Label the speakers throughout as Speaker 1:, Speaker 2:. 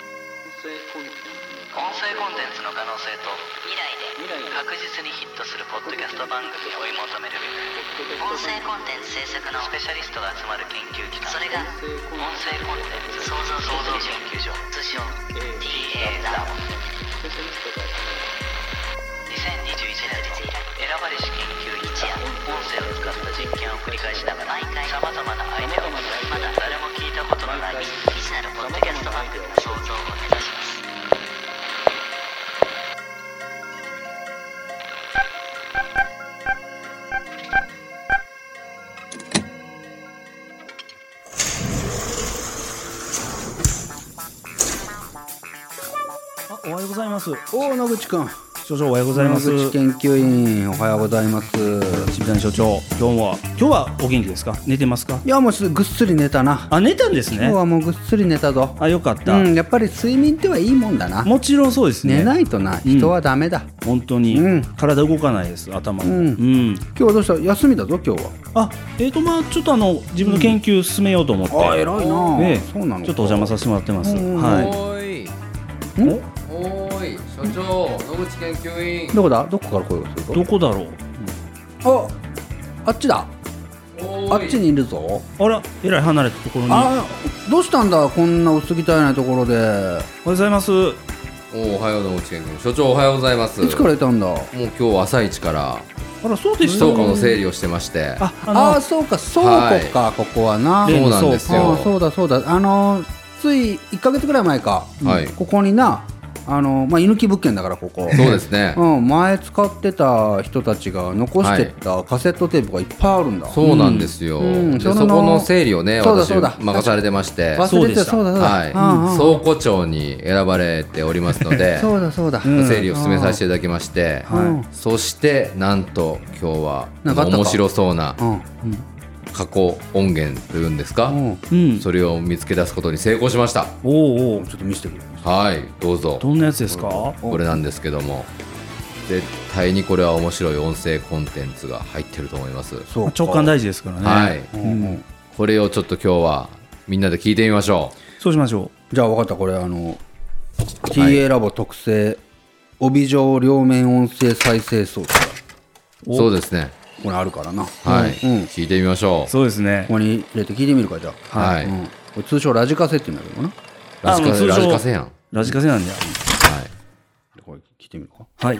Speaker 1: 声コンテンツ
Speaker 2: 音声コンテンツの可能性と未来で
Speaker 1: 未来で
Speaker 2: 確実にヒットするポッドキャスト番組を追い求めるべく音声コンテンツ制作のスペシャリストが集まる研究機関それが音声コンテンツ創造創造研究所通称 TA ラボ
Speaker 1: スペシャリストが
Speaker 2: 2021年の選ばれし研究一や音声を使った実験を繰り返しながら毎回さまざまなアイデアをまだ誰も聞いたことのない未知なるポッドキャスト番組の創造を目指します
Speaker 3: あおはようございます。
Speaker 1: おお野口くん
Speaker 3: 所長おはようございま
Speaker 1: 野
Speaker 3: す。
Speaker 1: 口研究員おはようございます
Speaker 3: 渋谷所長、今日は今日はお元気ですか？寝てますか？
Speaker 1: いやもうすぐっすり寝たな
Speaker 3: あ寝たんです
Speaker 1: 今
Speaker 3: ね
Speaker 1: 日。はもうぐっすり寝たぞ
Speaker 3: あよかった、
Speaker 1: うんやっぱり睡眠ってはいいもんだな
Speaker 3: もちろんそうですね。
Speaker 1: 寝ないと
Speaker 3: う
Speaker 1: な
Speaker 3: ん
Speaker 1: 人はダメだ
Speaker 3: 本当に、
Speaker 1: うん
Speaker 3: 体動かないです頭も。
Speaker 1: う
Speaker 3: うんん。
Speaker 1: 今日はどうした休みだぞ今日は
Speaker 3: あえっ、とまあちょっとあの自分の研究進めようと思って。
Speaker 1: あ偉いな
Speaker 3: ね
Speaker 1: そうなのか
Speaker 3: ちょっとお邪魔させてもらってます。
Speaker 1: うん
Speaker 3: は
Speaker 4: おーい
Speaker 3: い。お
Speaker 4: おーい所長野口研究員
Speaker 1: どこだどこから声がする
Speaker 3: どこだろう。
Speaker 1: ぞああっちだ
Speaker 4: お
Speaker 1: あ
Speaker 4: ーい
Speaker 1: っちにいるぞ
Speaker 3: あらえらい離れたところに。おはよ
Speaker 1: あどうしたんだこんな薄汚いところで
Speaker 3: うございます。
Speaker 4: おーおはよう野口研究員所長おはようございます
Speaker 1: いつからいたんだ
Speaker 4: もう今日朝一から
Speaker 3: あらそうでした。
Speaker 4: 倉庫の整理をしてまして
Speaker 3: ああの
Speaker 1: ああーそうか倉庫か、ここはなあ
Speaker 3: 例
Speaker 4: そう
Speaker 3: の
Speaker 4: なんです
Speaker 3: 倉庫
Speaker 1: あ
Speaker 4: よ
Speaker 1: そうだそうだあのーつい1か月ぐらい前か、
Speaker 4: はい
Speaker 1: ここになあのーまあ居抜き物件だからここ
Speaker 4: そうですね
Speaker 1: うん、前使ってた人たちが残してったカセットテープがいっぱいあるんだ、
Speaker 4: そうなんですよ、
Speaker 1: うん
Speaker 4: で
Speaker 1: そ
Speaker 4: そ
Speaker 1: の
Speaker 4: この整理をね
Speaker 1: そうだ
Speaker 4: 私
Speaker 1: そうだ
Speaker 4: 任されてまして
Speaker 3: か
Speaker 1: 忘れてたそ
Speaker 3: そう
Speaker 1: うだそうだ、
Speaker 4: はい、
Speaker 1: うんうん
Speaker 4: 倉庫長に選ばれておりますので
Speaker 1: そうだそうだ、
Speaker 3: ん
Speaker 4: 整理を進めさせていただきまして、
Speaker 1: うん
Speaker 4: はいそしてなんと今日は
Speaker 1: なんかあったか
Speaker 4: 面白そうな
Speaker 1: うん
Speaker 4: 加工音源というんですか、
Speaker 1: うん
Speaker 3: うん。
Speaker 4: それを見つけ出すことに成功しました
Speaker 3: おうおう
Speaker 1: ちょっと見せてくれ
Speaker 4: はいどうぞ
Speaker 3: どんなやつですか？
Speaker 4: これなんですけども絶対にこれは面白い音声コンテンツが入ってると思います、
Speaker 1: そう
Speaker 3: 直感大事ですからね。
Speaker 4: はい
Speaker 1: うんうん
Speaker 4: これをちょっと今日はみんなで聞いてみましょ
Speaker 3: そうしましょ
Speaker 1: じゃあ分かったこれあの TA ラボ特製帯状両面音声再生装置
Speaker 4: うそうですね
Speaker 1: これあるからな
Speaker 4: はい、
Speaker 1: うんうんこ
Speaker 4: 聞いてみましょ
Speaker 3: う。
Speaker 4: う
Speaker 3: そうですね。
Speaker 1: こに入れて聞いてみるかじゃあ
Speaker 4: はい
Speaker 1: うんこれ通称ラジカセって言うんだけどな
Speaker 4: ラジ
Speaker 3: あ
Speaker 4: カ
Speaker 3: もう
Speaker 4: セ
Speaker 3: 通常
Speaker 4: ラジカセやん、は
Speaker 3: ラジカセなんだよ。
Speaker 1: これ聞いてみるか
Speaker 3: はい。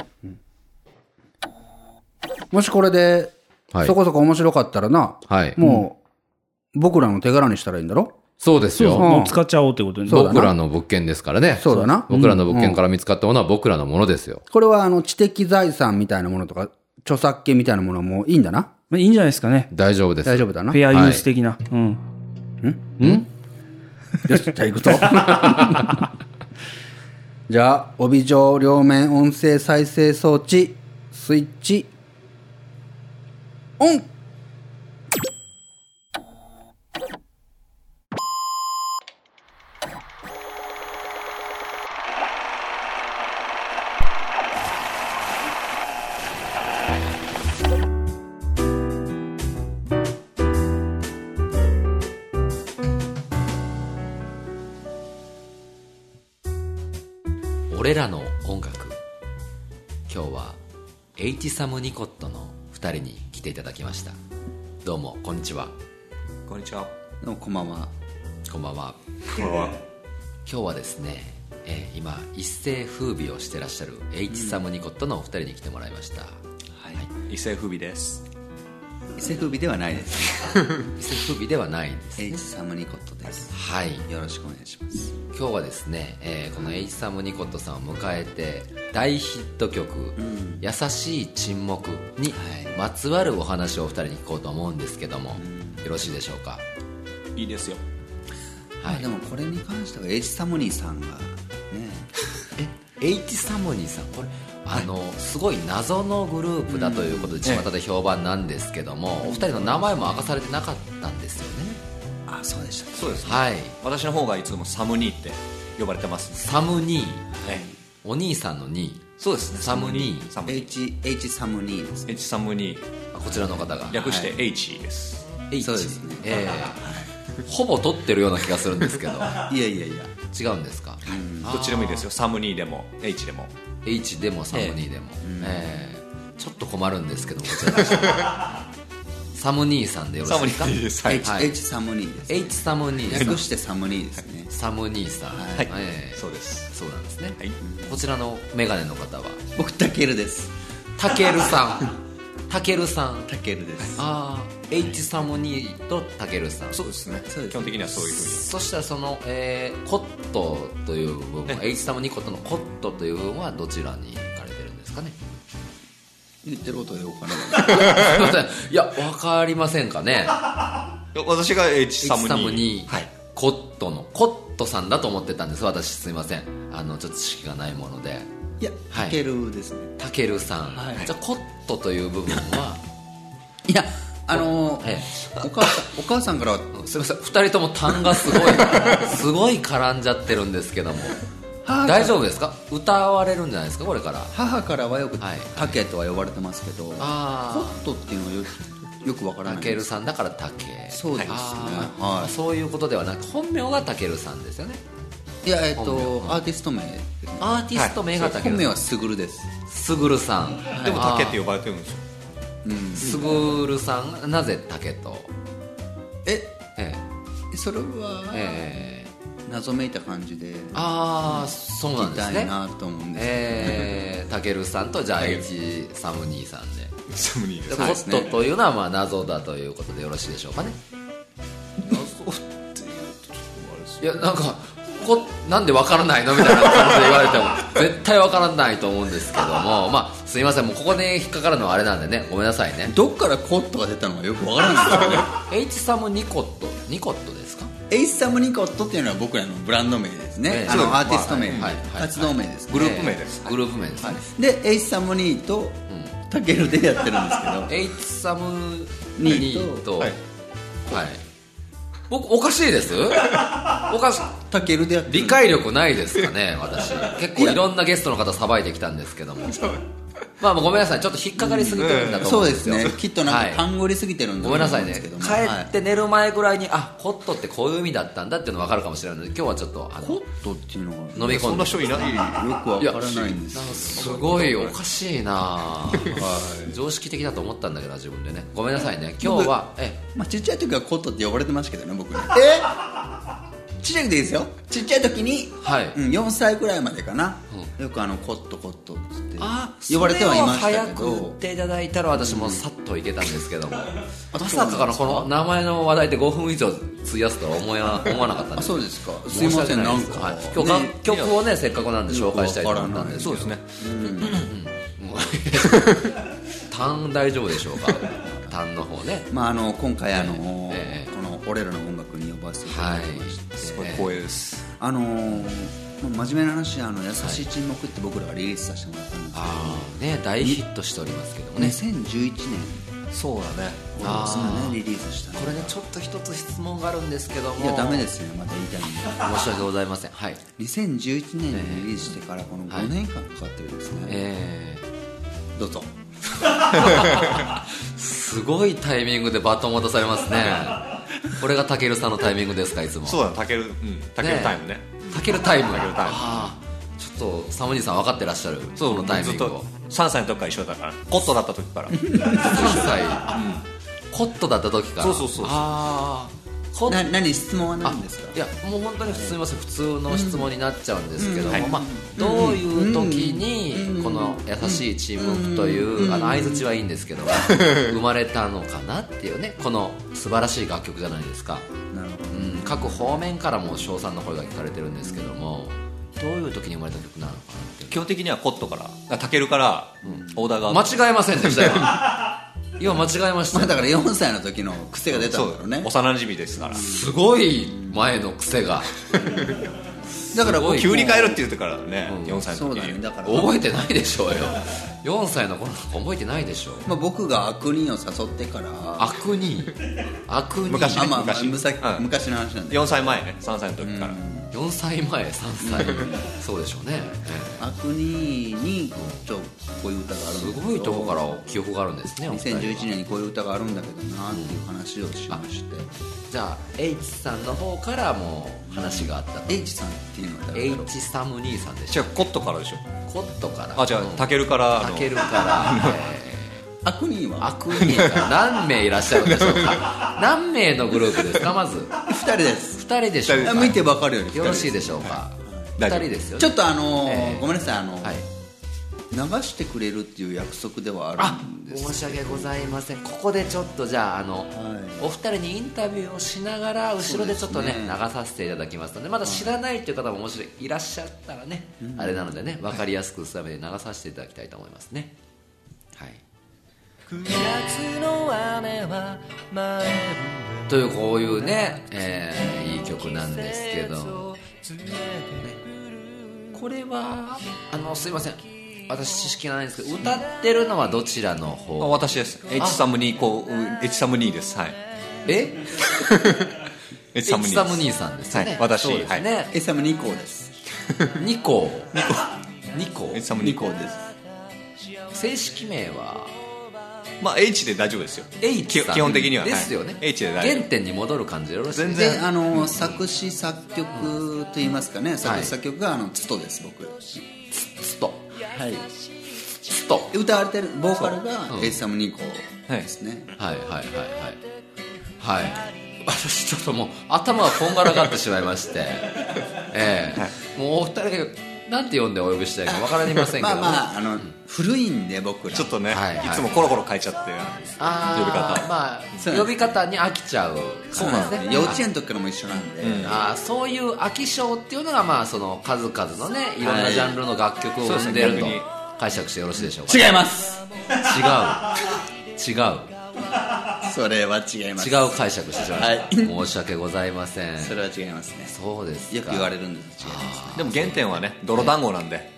Speaker 1: もしこれで
Speaker 4: はい
Speaker 1: そこそこ面白かったらな
Speaker 4: はい
Speaker 1: もう僕らの手柄にしたらいいんだろ
Speaker 4: い、そうですよ
Speaker 1: うん
Speaker 3: もう使っちゃおうってことに。
Speaker 1: そうだな
Speaker 4: 僕らの物件ですからね
Speaker 1: そうだな
Speaker 4: 僕らの物件から見つかったものは僕らのものですよ、
Speaker 1: これはあの知的財産みたいなものとか著作権みたいなものもいいんだな
Speaker 3: まあいいんじゃないですかね。
Speaker 4: 大丈夫です
Speaker 1: 大丈夫だな
Speaker 3: フェアユース的な。うん。
Speaker 4: ん
Speaker 1: よし、じゃあ行 くと。じゃあ、帯状両面音声再生装置、スイッチ、オン
Speaker 5: 俺らの音楽今日はエイティサム・ニコットの2人に来ていただきましたどうもこんにちは
Speaker 6: こんにちは。
Speaker 1: どうもこんばんは。
Speaker 5: こんばんは
Speaker 6: こんばんは。
Speaker 5: 今日はですね、えー今一世風靡をしてらっしゃるエイティサム・ニコットのお二人に来てもらいました、
Speaker 6: はい。一世風靡です。
Speaker 7: 伊勢風靡ではないです。
Speaker 5: 一世風靡ではないんです
Speaker 7: エイチサムニコットです。
Speaker 5: はい
Speaker 7: よろしくお願いします。
Speaker 5: 今日はですね、えーこのエイチサム・ニコットさんを迎えて大ヒット曲「優しい沈黙」にまつわるお話をお二人に聞こうと思うんですけども、よろしいでしょうか
Speaker 6: いいですよ。
Speaker 5: はい
Speaker 7: まあでもこれに関してはエイチサムニさんがね、
Speaker 5: えエイティサモニーさんこれあの、すごい謎のグループだということで巷で評判なんですけども、お二人の名前も明かされてなかったんですよね、
Speaker 7: あそうでした。
Speaker 6: そうです。
Speaker 5: はい
Speaker 6: 私の方がいつもサムニーって呼ばれてます。
Speaker 5: サムニー
Speaker 6: ね。
Speaker 5: お兄さんのニー
Speaker 6: そうですね。
Speaker 5: サムニー
Speaker 6: サム
Speaker 7: エ
Speaker 6: ニ
Speaker 7: イ
Speaker 6: ー。
Speaker 7: チエイチサムニです。
Speaker 6: エイチサムニ
Speaker 5: あこちらの方が
Speaker 6: ー。略して H です。
Speaker 5: H
Speaker 7: そうですね
Speaker 5: ええほぼ取ってるような気がするんですけど
Speaker 7: いやいやいや。
Speaker 5: 違うんですか、
Speaker 6: どっちでもいいですよサムニーでも H でも
Speaker 5: H でもサムニーでも、えーちょっと困るんですけどこちらとして はサムニーさんでよろしいですか
Speaker 6: サムニーですはい
Speaker 1: H,
Speaker 5: はい
Speaker 1: H サムニーです、
Speaker 5: H サムニーさ
Speaker 1: 略
Speaker 5: ん
Speaker 1: してサムニーですね
Speaker 5: サムニーさん、
Speaker 6: はい
Speaker 5: えー
Speaker 6: そうです
Speaker 5: そうなんですね、
Speaker 6: はい
Speaker 5: こちらのメガネの方は
Speaker 1: 僕タケルです
Speaker 5: タケルさんタケルさん
Speaker 1: タケルです
Speaker 5: ああ H サムニーとタケルさん
Speaker 6: そうですね
Speaker 1: そうです
Speaker 6: 基本的にはそういうふうに
Speaker 5: そしたらその、えーコットという部分は H サムニコットのコットという部分はどちらに行かれてるんですかね
Speaker 1: 言ってることはよくわからない
Speaker 5: いや分かりませんかね
Speaker 6: 私が H サムニー
Speaker 5: サムに、
Speaker 6: はい、
Speaker 5: コットのコットさんだと思ってたんです私すいませんあのちょっと知識がないもので
Speaker 1: いや
Speaker 5: はい
Speaker 1: タケルですね、
Speaker 5: タケルさん、じゃあコットという部分は
Speaker 1: い、やあのー
Speaker 5: え
Speaker 1: お母さんお母さんからは
Speaker 5: すいません2人とも痰がすごい すごい絡んじゃってるんですけども
Speaker 1: 母
Speaker 5: 大丈夫ですか歌われるんじゃないですかこれから
Speaker 1: 母からはよく
Speaker 5: はい
Speaker 1: タケとは呼ばれてますけど、
Speaker 5: あ
Speaker 1: コット
Speaker 5: ー
Speaker 1: っていうのはよよくわから
Speaker 5: タ
Speaker 1: ない
Speaker 5: ケルさんだからタケ
Speaker 1: そうですね
Speaker 5: あー
Speaker 1: はい
Speaker 5: そういうことではなく本名がタケルさんですよね
Speaker 1: いやえっと
Speaker 5: 本
Speaker 1: アーティスト名ですね
Speaker 5: アーティスト名がタケ
Speaker 1: 本
Speaker 5: ル
Speaker 1: 名
Speaker 5: さん
Speaker 1: はスグルです
Speaker 5: すぐるさん
Speaker 6: でも竹って呼ばれてるんですよ
Speaker 5: すぐるさんなぜタケと
Speaker 1: え
Speaker 5: え
Speaker 1: それ
Speaker 5: え
Speaker 1: は
Speaker 5: ええ
Speaker 1: 謎めいた感じで
Speaker 5: ああそうなん
Speaker 1: 聞き
Speaker 5: です
Speaker 1: た
Speaker 5: ね
Speaker 1: いなと思うんですけど
Speaker 5: ええタケルさんとじゃあ H サム兄さんで
Speaker 6: サムニーで
Speaker 5: で
Speaker 6: は
Speaker 5: コ
Speaker 1: そうです
Speaker 5: ッ
Speaker 1: ね
Speaker 5: トというのはまあ謎だということでよろしいでしょうかねいやなんかこなんでわからないのみたいな感じで言われても 絶対わからないと思うんですけどもまあすいませんもうここで引っかかるのはあれなんでねごめんなさいね
Speaker 1: どっからコットが出たのかよくわからないんですよね
Speaker 5: H サムニコットニコットですか
Speaker 1: エイサムニコットっていうのは僕らのブランド名です
Speaker 5: え
Speaker 1: ね
Speaker 5: え
Speaker 1: あ
Speaker 5: そう
Speaker 1: のアーティスト名
Speaker 5: はいはいはい
Speaker 1: 活動名ですね
Speaker 6: グループ名です
Speaker 5: グループ名ですね、
Speaker 1: でエイサムニーとタケルでやってるんですけど
Speaker 5: H サムニとはい、僕おかしいですおかし
Speaker 1: タケルでやってる
Speaker 5: 理解力ないですかね私結構いろんなゲストの方さばいてきたんですけどもまあまあごめんなさいちょっと引っかかりすぎてるんだと思
Speaker 1: そううんで
Speaker 5: です
Speaker 1: す
Speaker 5: よ、
Speaker 1: ねきっとなんか
Speaker 5: はい
Speaker 1: 勘繰りすぎてるんだ
Speaker 5: ご
Speaker 1: と
Speaker 5: めん
Speaker 1: 思
Speaker 5: なさい
Speaker 1: うん
Speaker 5: ね
Speaker 1: ですけ
Speaker 5: 帰
Speaker 1: どもはい
Speaker 5: って寝る前ぐらいにあホットってこういう意味だったんだっていうの分かるかもしれないので今日はちょっとあの
Speaker 1: コットっていうのは
Speaker 5: 飲み込んで
Speaker 6: 人いない
Speaker 1: よくわからないんです
Speaker 5: なんかすごいおかしいな、はい常識的だと思ったんだけどな自分でねごめんなさいね今日はえ
Speaker 1: まあちっちゃい時はコットって呼ばれてましたけどね僕えちっちゃい時でいいですよちっちゃい時に、
Speaker 5: はい
Speaker 1: うん、4歳くらいまでかな、よくあのコットコットっつって
Speaker 5: あ
Speaker 1: 呼ばれてはいました
Speaker 5: そ
Speaker 1: け
Speaker 5: れを早く言っ
Speaker 1: ど
Speaker 5: ていただいたら私もさっといけたんですけど も、まさか
Speaker 1: そうなん
Speaker 5: の
Speaker 1: ですか
Speaker 5: この名前の話題で5分以上費やすとは思わ思わなかったん
Speaker 1: あ
Speaker 5: です
Speaker 1: そうですかすいませんなんか、
Speaker 5: はい今日が
Speaker 1: ね
Speaker 5: 曲をねせっかくなんで紹介したいと思ったんです
Speaker 6: そうですね
Speaker 5: 単大丈夫でしょうか単の方ね
Speaker 1: まああの今回あの、
Speaker 5: ええ
Speaker 1: この「俺らの音楽」に呼ばせていた
Speaker 5: は
Speaker 1: だ
Speaker 5: い
Speaker 1: きました、
Speaker 6: すごい光栄です
Speaker 1: あのーまあ真面目な話あの「優しい沈黙」って僕らがリリースさせてもらったんです
Speaker 5: あーね大ヒットしておりますけどもね
Speaker 1: けど、2011年
Speaker 6: そうだね
Speaker 5: あー
Speaker 1: そうだねリリースしたの
Speaker 5: これねちょっと一つ質問があるんですけども
Speaker 1: いやダメですよねまだ言いたいんで
Speaker 5: 申し訳ございませんはい
Speaker 1: 2011年にリリースしてからこの5年間かかってるんですね、
Speaker 5: えー
Speaker 1: どうぞ
Speaker 5: すごいタイミングでバトン渡されますねこれがたけるさんのタイミングですかいつも
Speaker 6: そうだねタケルうんタケルタイムね
Speaker 5: タケルタイム
Speaker 6: タケルタイム
Speaker 5: あーちょっとサムジさん分かってらっしゃるそのタイミングを
Speaker 6: ずっと3歳の時から一緒だからコットだった時から
Speaker 5: 10歳、コットだった時から
Speaker 6: そうそうそうそう
Speaker 5: ああコッ
Speaker 1: な何質問は何ですか
Speaker 5: いやもう本当にすみません普通の質問になっちゃうんですけども、まあ、どういう時にこの「優しいチーム」というあの相槌はいいんですけ ど生まれたのかなっていうねこの素晴らしい楽曲じゃないですか、
Speaker 1: なるほど
Speaker 5: うん、各方面からも称賛の声が聞かれてるんですけどもどういう時に生まれた曲なのかなっていう
Speaker 6: 基本的にはコットからあタケルからオーダーが
Speaker 5: 間違えませんでしたよ 今間違えまし
Speaker 1: ま
Speaker 5: た
Speaker 1: あ
Speaker 5: よ
Speaker 1: だから4歳の時の癖が出たんだろうね
Speaker 6: 幼馴染ですから
Speaker 5: すごい前の癖が
Speaker 1: だから
Speaker 5: すごい
Speaker 6: 急に変えるって言ってからね
Speaker 5: ん
Speaker 6: 4歳
Speaker 1: そ
Speaker 6: の
Speaker 1: う
Speaker 6: 時
Speaker 1: だね
Speaker 6: に
Speaker 1: だから、ま
Speaker 5: 覚えてないでしょうよ4歳の頃なんか覚えてないでしょう
Speaker 1: あ、僕が悪人を誘ってからあ
Speaker 5: 悪人悪人
Speaker 6: 昔
Speaker 1: まあまあ
Speaker 6: 昔
Speaker 1: むさ
Speaker 6: うん
Speaker 1: 昔の話なんで
Speaker 6: 4歳前ね3歳の時から
Speaker 5: う4歳前3歳そうでしょうね、え
Speaker 1: アクニーにちょこういう歌がある
Speaker 5: え
Speaker 1: ん
Speaker 5: す
Speaker 1: だけど
Speaker 5: ごいとこから記憶があるんですねお二人は
Speaker 1: 2011年にこういう歌があるんだけどなっていう話をしまして
Speaker 5: じゃあ H さんの方からも話があったと
Speaker 1: H さんっていうのは誰だろう
Speaker 5: H サム兄さんでし
Speaker 6: じ
Speaker 5: ょ
Speaker 6: ゃあコットからでしょ
Speaker 5: コットから
Speaker 6: あじゃあ
Speaker 5: うん
Speaker 6: タケルから
Speaker 5: タ
Speaker 6: の
Speaker 5: ケルから、え
Speaker 1: アクニー
Speaker 5: ー、
Speaker 1: は
Speaker 5: 悪人が何名いらっしゃるんでしょうか何名のグループですかまず
Speaker 1: 2人 です
Speaker 5: 2人でしょう
Speaker 1: あ
Speaker 5: か
Speaker 1: 見てわかるように
Speaker 5: よろしい
Speaker 1: で
Speaker 5: でしょうか、
Speaker 6: 大
Speaker 5: 二
Speaker 6: 丈夫
Speaker 5: 人ですよね
Speaker 1: ちょっとあのー
Speaker 5: ええ
Speaker 1: ごめんなさいあのー、
Speaker 5: はい
Speaker 1: 流してくれるっていう約束ではあ
Speaker 5: あ
Speaker 1: るんです
Speaker 5: 申し訳ございませんここでちょっとじゃああの、お二人にインタビューをしながら後ろでちょっとね
Speaker 1: そうですね
Speaker 5: 流させていただきますのでまだ知らないという方ももしいらっしゃったらね、あれなのでね分かりやすくするために流させていただきたいと思いますねはいというこういうね、えーいい曲なんですけど、ねこれはあのすいません私知識ないんですけど歌ってるのはどちらの
Speaker 6: あ
Speaker 5: 方
Speaker 6: 私です H サムにこううん H サムにですはい
Speaker 5: え
Speaker 6: H
Speaker 5: サム
Speaker 6: です
Speaker 5: 兄さんですよね、
Speaker 6: はい私
Speaker 5: そうですね、
Speaker 1: エサム2校です
Speaker 5: 2個2個
Speaker 6: H サム
Speaker 1: 2
Speaker 6: に
Speaker 1: 校です
Speaker 5: 正式名は
Speaker 6: まあ H で大丈夫ですよ
Speaker 5: H さん
Speaker 6: 基本的にははい
Speaker 5: ですよね、
Speaker 6: H で大丈
Speaker 5: 原点に戻る感じでよろしいですか
Speaker 1: であのー作詞作曲といいますかね作詞作曲があのツトです僕は
Speaker 5: スト
Speaker 1: い
Speaker 5: スト
Speaker 1: で歌われてるボーカル
Speaker 5: そうう
Speaker 1: が
Speaker 5: ん
Speaker 1: エイサム2校ですね、
Speaker 5: はいはいはいはいはい私ちょっともう頭がこんがらがってしまいましてええもうお二人がなんて呼んでお呼びしたいかわからりませんけ
Speaker 1: まあ
Speaker 5: どね、
Speaker 1: まああの、古いんで僕ら
Speaker 6: 夫ちょっとね、
Speaker 5: はい
Speaker 6: い
Speaker 5: はい
Speaker 6: つもコロコロ変えちゃって
Speaker 5: あーまあ
Speaker 1: そうなんです
Speaker 5: 呼び方に飽きちゃう
Speaker 1: そうなんですね幼稚園の時からも一緒なんで、
Speaker 5: あーそういう飽き性っていうのが、まあ、その数々のねいろんなジャンルの楽曲を生んでいると
Speaker 6: そうですね
Speaker 5: 解釈してよろしいでしょうか
Speaker 1: 違います
Speaker 5: 違う違う
Speaker 1: それは違います
Speaker 5: 違う解釈してしまいました、申し訳ございません
Speaker 1: それは違いますね
Speaker 5: そうですか
Speaker 1: よく言われるんです違います
Speaker 6: でも原点はね泥団子なんで、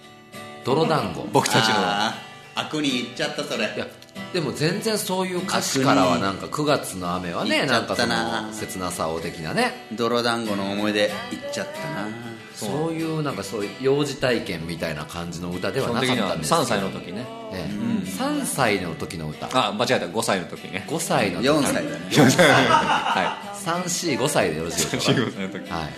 Speaker 5: 泥団子
Speaker 6: 僕たちのは
Speaker 1: あー悪に言っちゃったそれ
Speaker 5: いやでも全然そういう歌詞からはなんか9月の雨はね
Speaker 1: 言っち
Speaker 5: な
Speaker 1: ゃ
Speaker 5: ん
Speaker 1: っ
Speaker 5: かそ
Speaker 1: たな
Speaker 5: の切なさを的なね
Speaker 1: 泥団子の思い出言っちゃったな
Speaker 5: そういうなんかそういう幼児体験みたいな感じの歌では
Speaker 6: そ
Speaker 5: な
Speaker 6: の
Speaker 5: かっ
Speaker 6: 時に
Speaker 5: た
Speaker 6: は
Speaker 5: んですけど
Speaker 6: 3歳の時ね
Speaker 5: ええ3歳の時の歌
Speaker 6: あ間違えた5歳の時ね
Speaker 5: 5歳の時
Speaker 1: 4歳だね
Speaker 6: は
Speaker 5: 345歳でよろしいでしょう
Speaker 6: い5歳の時
Speaker 5: か、はい、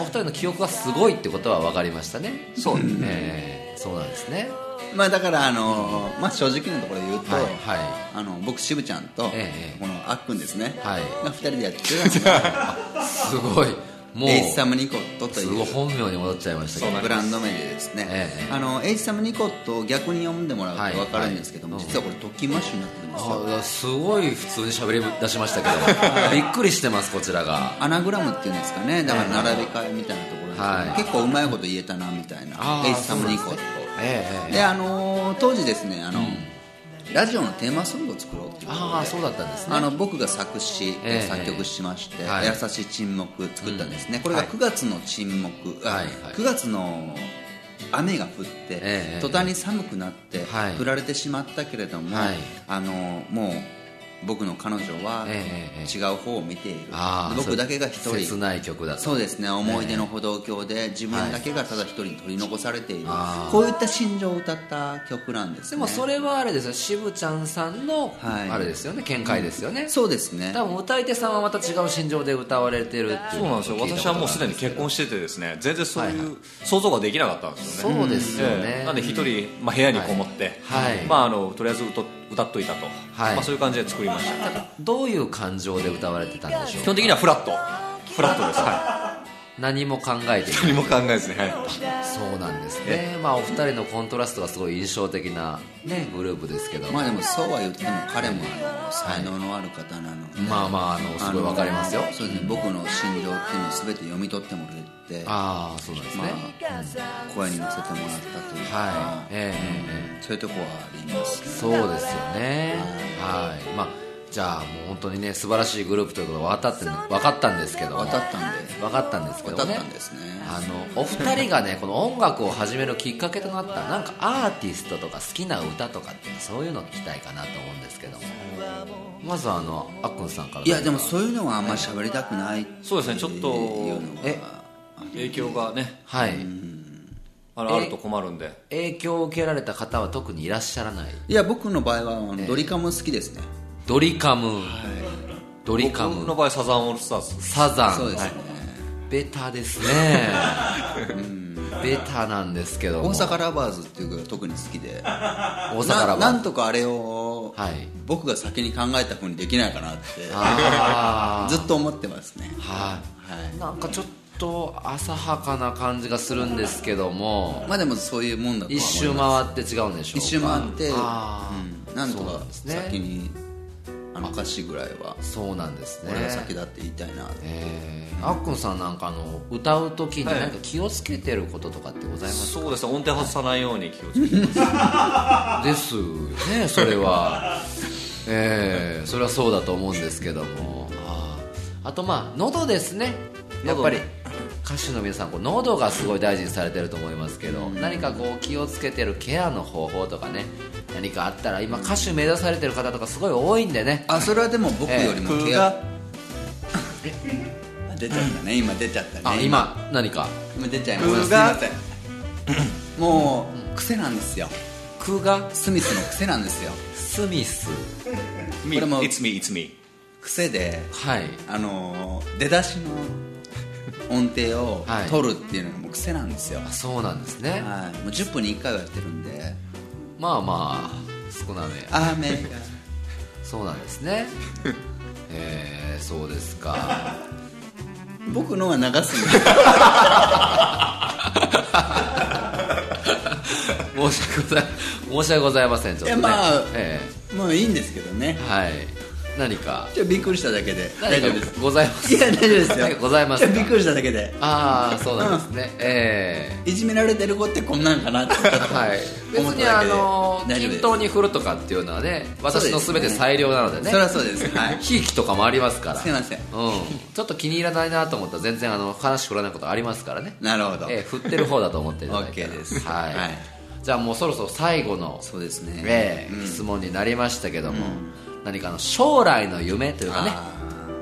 Speaker 5: お二人の記憶がすごいってことは分かりましたね
Speaker 6: そうです
Speaker 5: ええそうなんですね
Speaker 1: まあだからあのーまあ正直なところで言うと、
Speaker 5: はいは
Speaker 1: あの僕渋ちゃんと、
Speaker 5: ええ
Speaker 1: このあっくんですね、
Speaker 5: はい
Speaker 1: が2人でやってる
Speaker 5: いすごい もう
Speaker 1: エイジサムニコットと
Speaker 5: す
Speaker 1: い
Speaker 5: ごいう本名に戻っちゃいましたけど
Speaker 1: ブランド名でですね、
Speaker 5: ええ
Speaker 1: あのエイジサムニコットを逆に読んでもらうと分かるんですけども、
Speaker 5: はいはい
Speaker 1: 実はこれドキマッシュになってるんですよ
Speaker 5: あすごい普通に喋り出しましたけ どびっくりしてますこちらが
Speaker 1: アナグラムっていうんですかねだから並べ替えみたいなところですけど、
Speaker 5: はい
Speaker 1: 結構うまいこと言えたなみたいな
Speaker 5: あー
Speaker 1: エイジサムニコット
Speaker 5: ええええ
Speaker 1: であのー当時ですねあの、ラジオのテーマソングを作ろうっていうことで
Speaker 5: ああそうだったんですね
Speaker 1: あの僕が作詞、
Speaker 5: ええ
Speaker 1: 作曲しまして「
Speaker 5: はい
Speaker 1: 優しい沈黙」作ったんですね、これ
Speaker 5: は
Speaker 1: が
Speaker 5: い
Speaker 1: 9月の沈黙、あ
Speaker 5: はいはい
Speaker 1: 9月の雨が降って、
Speaker 5: ええ
Speaker 1: 途端に寒くなって、
Speaker 5: はい
Speaker 1: 降られてしまったけれども、
Speaker 5: はい
Speaker 1: あのもう僕の彼女は
Speaker 5: ええええ
Speaker 1: 違う方を見ている、
Speaker 5: ああ
Speaker 1: 僕だけが一
Speaker 5: そう切
Speaker 1: 人
Speaker 5: ない曲だと
Speaker 1: そうですね思い出の歩道橋で自分だけがただ一人に取り残されている、
Speaker 5: ああ
Speaker 1: こういった心情を歌った曲なんです、ね、
Speaker 5: でもそれはあれですよ渋ちゃんさんの
Speaker 1: はい
Speaker 5: あれですよね見解ですよね
Speaker 1: そうですね
Speaker 5: 多分歌い手さんはまた違う心情で歌われてるって
Speaker 6: い
Speaker 5: い
Speaker 6: そうなんですよ
Speaker 5: 聞いたこと
Speaker 6: 私はもうすでに結婚
Speaker 5: し
Speaker 6: しててですね全然そうい
Speaker 5: はいう
Speaker 6: 想像ができなかったんですよね
Speaker 5: そうですよね
Speaker 6: ええなんで一人、まあ、部屋にこもって、
Speaker 5: はい
Speaker 6: まあ、あのとりあえず歌歌っといたと、
Speaker 5: はい
Speaker 6: まあ、そういう感じで作りました
Speaker 5: どういう感情で歌われてたんでしょう
Speaker 6: 基本的にはフラットフラットですは
Speaker 5: 何も考えてい
Speaker 6: い
Speaker 5: ない
Speaker 6: 何も考えずに、はい
Speaker 5: そうなんですね、まあ、お二人のコントラストがすごい印象的な、ね、グループですけど、
Speaker 1: ま
Speaker 5: ま
Speaker 1: あでもそうは言っても彼もあの才能のある方なので、
Speaker 5: あまああのすごいわかりますよ
Speaker 1: あのそうですね僕の心情っていうのを全て読み取ってもらって
Speaker 5: ああそうなんですね、
Speaker 1: まあ声に乗せてもらったというか、
Speaker 5: はいえええええ
Speaker 1: そういうとこはあります
Speaker 5: えそうですよねはいまあじゃあもう本当にね素晴らしいグループということが分かって分かったんですけども
Speaker 1: 渡ったんで
Speaker 5: 分かったんですけど
Speaker 1: 渡
Speaker 5: も
Speaker 1: っ
Speaker 5: ね
Speaker 1: たんですね
Speaker 5: あのお二人がねこの音楽を始めるきっかけとなったなんかアーティストとか好きな歌とかっていうのそういうの聞きたいかなと思うんですけどもまずはあのあっくんさんから
Speaker 1: いやでも
Speaker 5: 何か
Speaker 1: そういうのはあんまり喋りたくないってい
Speaker 6: そうですねちょっと
Speaker 1: いうのが
Speaker 5: え
Speaker 6: 影響がね
Speaker 5: はい
Speaker 6: あるあると困るんで
Speaker 5: 影響を受けられた方は特にいらっしゃらない
Speaker 1: いや僕の場合はあのドリカム好きですね
Speaker 5: ドリカム、ドリ
Speaker 6: 僕
Speaker 5: カム
Speaker 6: の場合サザンオールスターズ
Speaker 5: サザン
Speaker 1: そうですね
Speaker 5: ベタです ねベタなんですけども
Speaker 1: 大阪ラバーズっていう曲が特に好きで
Speaker 5: 大阪ラ
Speaker 1: な
Speaker 5: バ
Speaker 1: な
Speaker 5: ー
Speaker 1: んとかあれを、
Speaker 5: はい
Speaker 1: 僕が先に考えたふうにできないかなって
Speaker 5: あ
Speaker 1: ずっと思ってますね
Speaker 5: はい、
Speaker 1: はい
Speaker 5: なんかちょっと浅はかな感じがするんですけども
Speaker 1: まあでもそういうもんだとは思い
Speaker 5: 一
Speaker 1: ます
Speaker 5: 周回って違うんでしょう
Speaker 1: 一
Speaker 5: か
Speaker 1: 周回って、
Speaker 5: あ
Speaker 1: うん、なんと
Speaker 5: そうな
Speaker 1: か
Speaker 5: んですね
Speaker 1: 先にあの歌詞ぐらいは
Speaker 5: ーそうなんですね
Speaker 1: 俺が先だって言いたいな、
Speaker 5: えーあっくんさんなんかあの歌う時に
Speaker 6: はい
Speaker 5: なんか気をつけてることとかってございます
Speaker 6: そうですね音程外さないように気をつけて
Speaker 5: ですよねそれはええそれはそうだと思うんですけどもあーあとまあ喉ですねやっぱり歌手の皆さんこう喉がすごい大事にされてると思いますけど何かこう気をつけてるケアの方法とかね何かあったら今歌手目指されてる方とかすごい多いんでね
Speaker 1: あそれはでも僕よりもケア、 あ出ちゃったね今出ちゃったね
Speaker 5: あ今何か
Speaker 1: 今出ちゃいましたすいませんもう癖なんですよ
Speaker 5: クガ
Speaker 1: スミスの癖なんですよ
Speaker 5: スミス
Speaker 6: 「me
Speaker 1: これも
Speaker 6: it's me it's me
Speaker 1: 癖で
Speaker 5: はい
Speaker 1: あのー出だしの音程を
Speaker 5: はい
Speaker 1: 取るっていうのも癖なんですよ、は
Speaker 5: あそうなんですね
Speaker 1: い、もう10分に1回はやってるんで
Speaker 5: まあまあ少なめ
Speaker 1: あメリカ
Speaker 5: そうなんですね えー、そうですか
Speaker 1: 僕のは流すんで
Speaker 5: 申し訳ござい 申し訳ございませんちょっとね
Speaker 1: いやまあ
Speaker 5: え
Speaker 1: まあいいんですけどね
Speaker 5: えはい何か
Speaker 1: ちょっとびっくりしただけで
Speaker 5: 何
Speaker 1: 大
Speaker 5: か
Speaker 1: 丈夫です
Speaker 5: ございます
Speaker 1: いや大丈夫ですよ
Speaker 5: 何かございま
Speaker 1: ち
Speaker 5: す
Speaker 1: ょっ
Speaker 5: か
Speaker 1: とびっくりしただけで
Speaker 5: ああそうなんですね、え
Speaker 1: いじめられてる子ってこんなんかなってちょっと
Speaker 5: えはい別
Speaker 1: 思っ
Speaker 5: に
Speaker 1: ただ
Speaker 5: あ
Speaker 1: けで
Speaker 5: の
Speaker 1: 大丈夫で
Speaker 5: 均
Speaker 1: す
Speaker 5: 等に振るとかっていうのはね
Speaker 1: そうで
Speaker 5: 私
Speaker 1: す
Speaker 5: の
Speaker 1: ね
Speaker 5: 全て裁量なのでね
Speaker 1: そりゃそうです はい
Speaker 5: ひいきとかもありますから
Speaker 1: すいません
Speaker 5: うん、ちょっと気に入らないなと思ったら全然あの話振らないことありますからね
Speaker 1: なるほど、
Speaker 5: ええ振ってる方だと思っていただい たら
Speaker 1: OK です
Speaker 5: はい
Speaker 1: はい
Speaker 5: じゃあもうそろそろ最後の
Speaker 1: そうですね
Speaker 5: ええ質問になりましたけども、何かあの将来の夢というかね
Speaker 1: あ、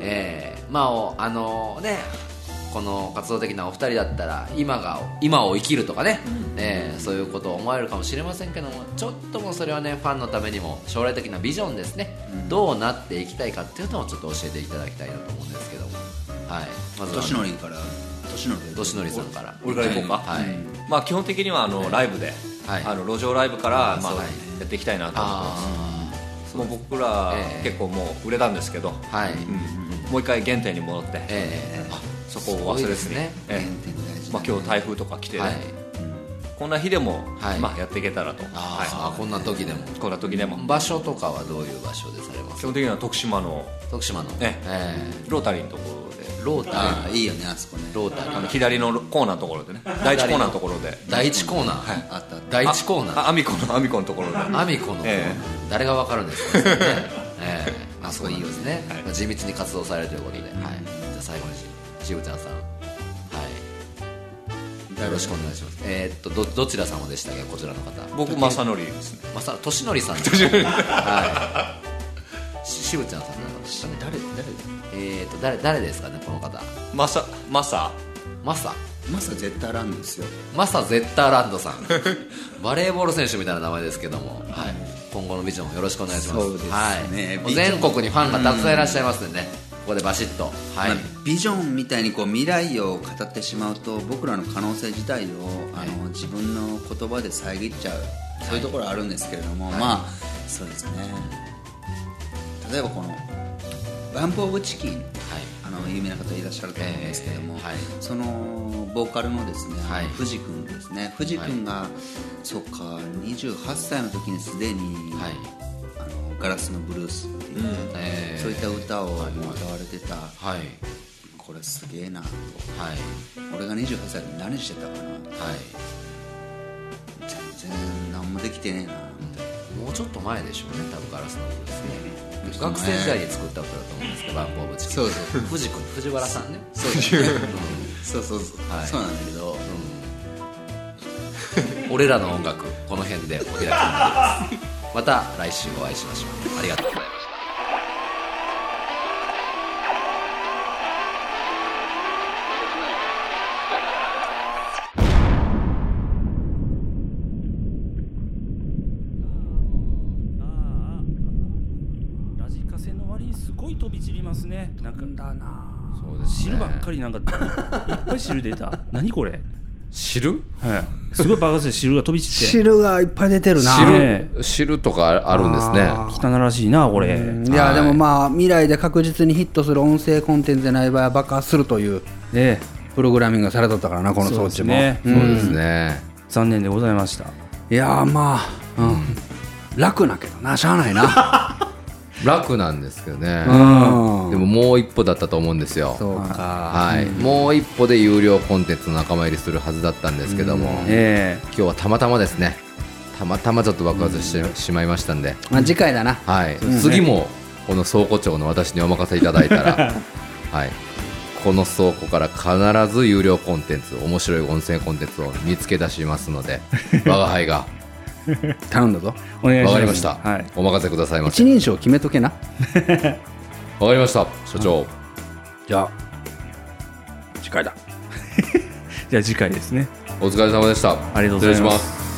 Speaker 5: ええまあおあのねこの活動的なお二人だったら今が今を生きるとかね、ええそういうことを思えるかもしれませんけどもちょっともうそれはねファンのためにも将来的なビジョンですね、どうなっていきたいかっていうのをちょっと教えていただきたいなと思うんですけども、はい、まずは
Speaker 1: 年のりから年のりで
Speaker 5: 年のりさんから
Speaker 6: 俺から行こうか
Speaker 5: はい
Speaker 6: まあ基本的にはあのライブで
Speaker 5: はい
Speaker 6: あの路上ライブからまあ
Speaker 5: そうだね
Speaker 6: やっていきたいなと思ってます
Speaker 5: あ
Speaker 6: もう僕ら
Speaker 5: ええ
Speaker 6: 結構もう売れたんですけど
Speaker 5: あはい、
Speaker 6: もう一回原点に戻って
Speaker 5: ええ
Speaker 6: そこを
Speaker 5: そ
Speaker 6: 忘れずに、
Speaker 5: うですね
Speaker 6: ええまあ、今日台風とか来てね、
Speaker 5: はい
Speaker 6: こんな日でも、
Speaker 5: はい
Speaker 6: まあ、やっていけたらと、
Speaker 5: ああ
Speaker 6: は
Speaker 5: こんな時でも
Speaker 6: い、こんな時でも、
Speaker 5: 場所とかはどういう場所でされま
Speaker 6: 基
Speaker 5: す
Speaker 6: 本的には徳島の
Speaker 5: 徳島の
Speaker 6: え
Speaker 5: え
Speaker 6: ロータリーのところで
Speaker 5: えロータ
Speaker 1: ああ
Speaker 5: リー
Speaker 1: いいよねあそこね
Speaker 5: ロータリ
Speaker 6: あの
Speaker 5: ー
Speaker 6: 左のコーナーのところでね第一コーナーのところで
Speaker 5: 第一コーナー、
Speaker 1: あったあった
Speaker 5: 第一コーナー
Speaker 6: ああアミコのアミコのところで
Speaker 5: アミコのコーナー、
Speaker 6: え
Speaker 5: 誰がわかるんですか ね、ええあそこいいよね、
Speaker 6: はい
Speaker 5: まあ地道に活動されるということで、はい、じゃあ最後にししぶちゃんさんはいよろしくお願いしますえーっとどどちら様でしたっけこちらの方
Speaker 6: 僕正則ですね
Speaker 5: まさとしのりさんとしはいししぶちゃんさんなのし誰誰えっ、と誰誰ですかねこの方
Speaker 6: マサマサ
Speaker 5: マサ
Speaker 1: マサ絶対ランドですよ
Speaker 5: マサゼッターランド さんバレーボール選手みたいな名前ですけども、はい、今後のビジョンよろしくお願いします
Speaker 1: そうですね
Speaker 5: はい、もう
Speaker 1: ビジョ
Speaker 5: 全
Speaker 1: ン
Speaker 5: 国にファンがたくさんいらっしゃいますんでねここでバシッとは
Speaker 1: ま
Speaker 5: い、
Speaker 1: あビジョンみたいにこう未来を語ってしまうと僕らの可能性自体をあの自分の言葉で遮っちゃうそういうところあるんですけれども、まあそうですね例えばこの「バンプ・オブ・チキン」あの有名な方いらっしゃると思うんですけども、
Speaker 5: ええはい
Speaker 1: そのボーカルのですね、
Speaker 5: はい
Speaker 1: 藤君ですね藤君が、そうか28歳の時にすでに、
Speaker 5: はい
Speaker 1: あのガラスのブルースっていう、
Speaker 5: えー
Speaker 1: そういった歌をもう歌われてた、
Speaker 5: はい
Speaker 1: これすげえなと
Speaker 5: はい
Speaker 1: 俺が28歳で何してたかな
Speaker 5: はい
Speaker 1: 全然何もできてねえな
Speaker 5: もうちょっと前でしょうね多分ガラスの部ですね学生時代に作った歌だと思うんですけどバンコブチキン
Speaker 1: そうそう
Speaker 5: 藤君藤原さんね
Speaker 1: そうだねそうそうそう、
Speaker 5: はい
Speaker 1: そうなんだけど、
Speaker 5: 俺らの音楽この辺でお開きになりますまた来週お会いしましょうありがとうございます
Speaker 2: 「
Speaker 3: なんかだな
Speaker 4: そうです
Speaker 3: 汁
Speaker 4: ね
Speaker 3: ばっかりなんかいっぱい汁出た何これ
Speaker 4: 汁
Speaker 3: はいすごい爆発で汁が飛び散って
Speaker 1: 汁がいっぱい出てるな
Speaker 3: ね
Speaker 4: 汁汁とかあるんですね
Speaker 3: 汚らしいなこれ
Speaker 1: いやでもまあ未来で確実にヒットする音声コンテンツでない場合は爆破するという
Speaker 3: ね
Speaker 1: プログラミングがされとったからなこの装置
Speaker 3: そうです
Speaker 1: も、
Speaker 3: ね
Speaker 4: そうですね
Speaker 3: 残念でございました
Speaker 1: いやーまあ、うん、楽なけどなしゃあないな
Speaker 4: 楽なんですけどね
Speaker 1: うん
Speaker 4: でももう一歩だったと思うんですよ
Speaker 1: そうか
Speaker 4: はいもう一歩で有料コンテンツの仲間入りするはずだったんですけども今
Speaker 3: え
Speaker 4: 日はたまたまですねたまたまちょっと爆発してしまいましたんで
Speaker 1: まあ次回だな
Speaker 4: はい、次もこの倉庫長の私にお任せいただいた ら、はい、この倉庫から必ず有料コンテンツ面白い音声コンテンツを見つけ出しますの で我が輩が
Speaker 1: 頼んだぞ
Speaker 3: えお願いします
Speaker 4: 分かりました、
Speaker 3: はい
Speaker 4: お任せくださいませ
Speaker 1: 一人称決めとけな
Speaker 4: 分かりました所長
Speaker 1: じゃあ次回だ
Speaker 3: じゃあ次回ですね
Speaker 4: お疲れ様でした
Speaker 3: ありがとうございます
Speaker 4: 失礼します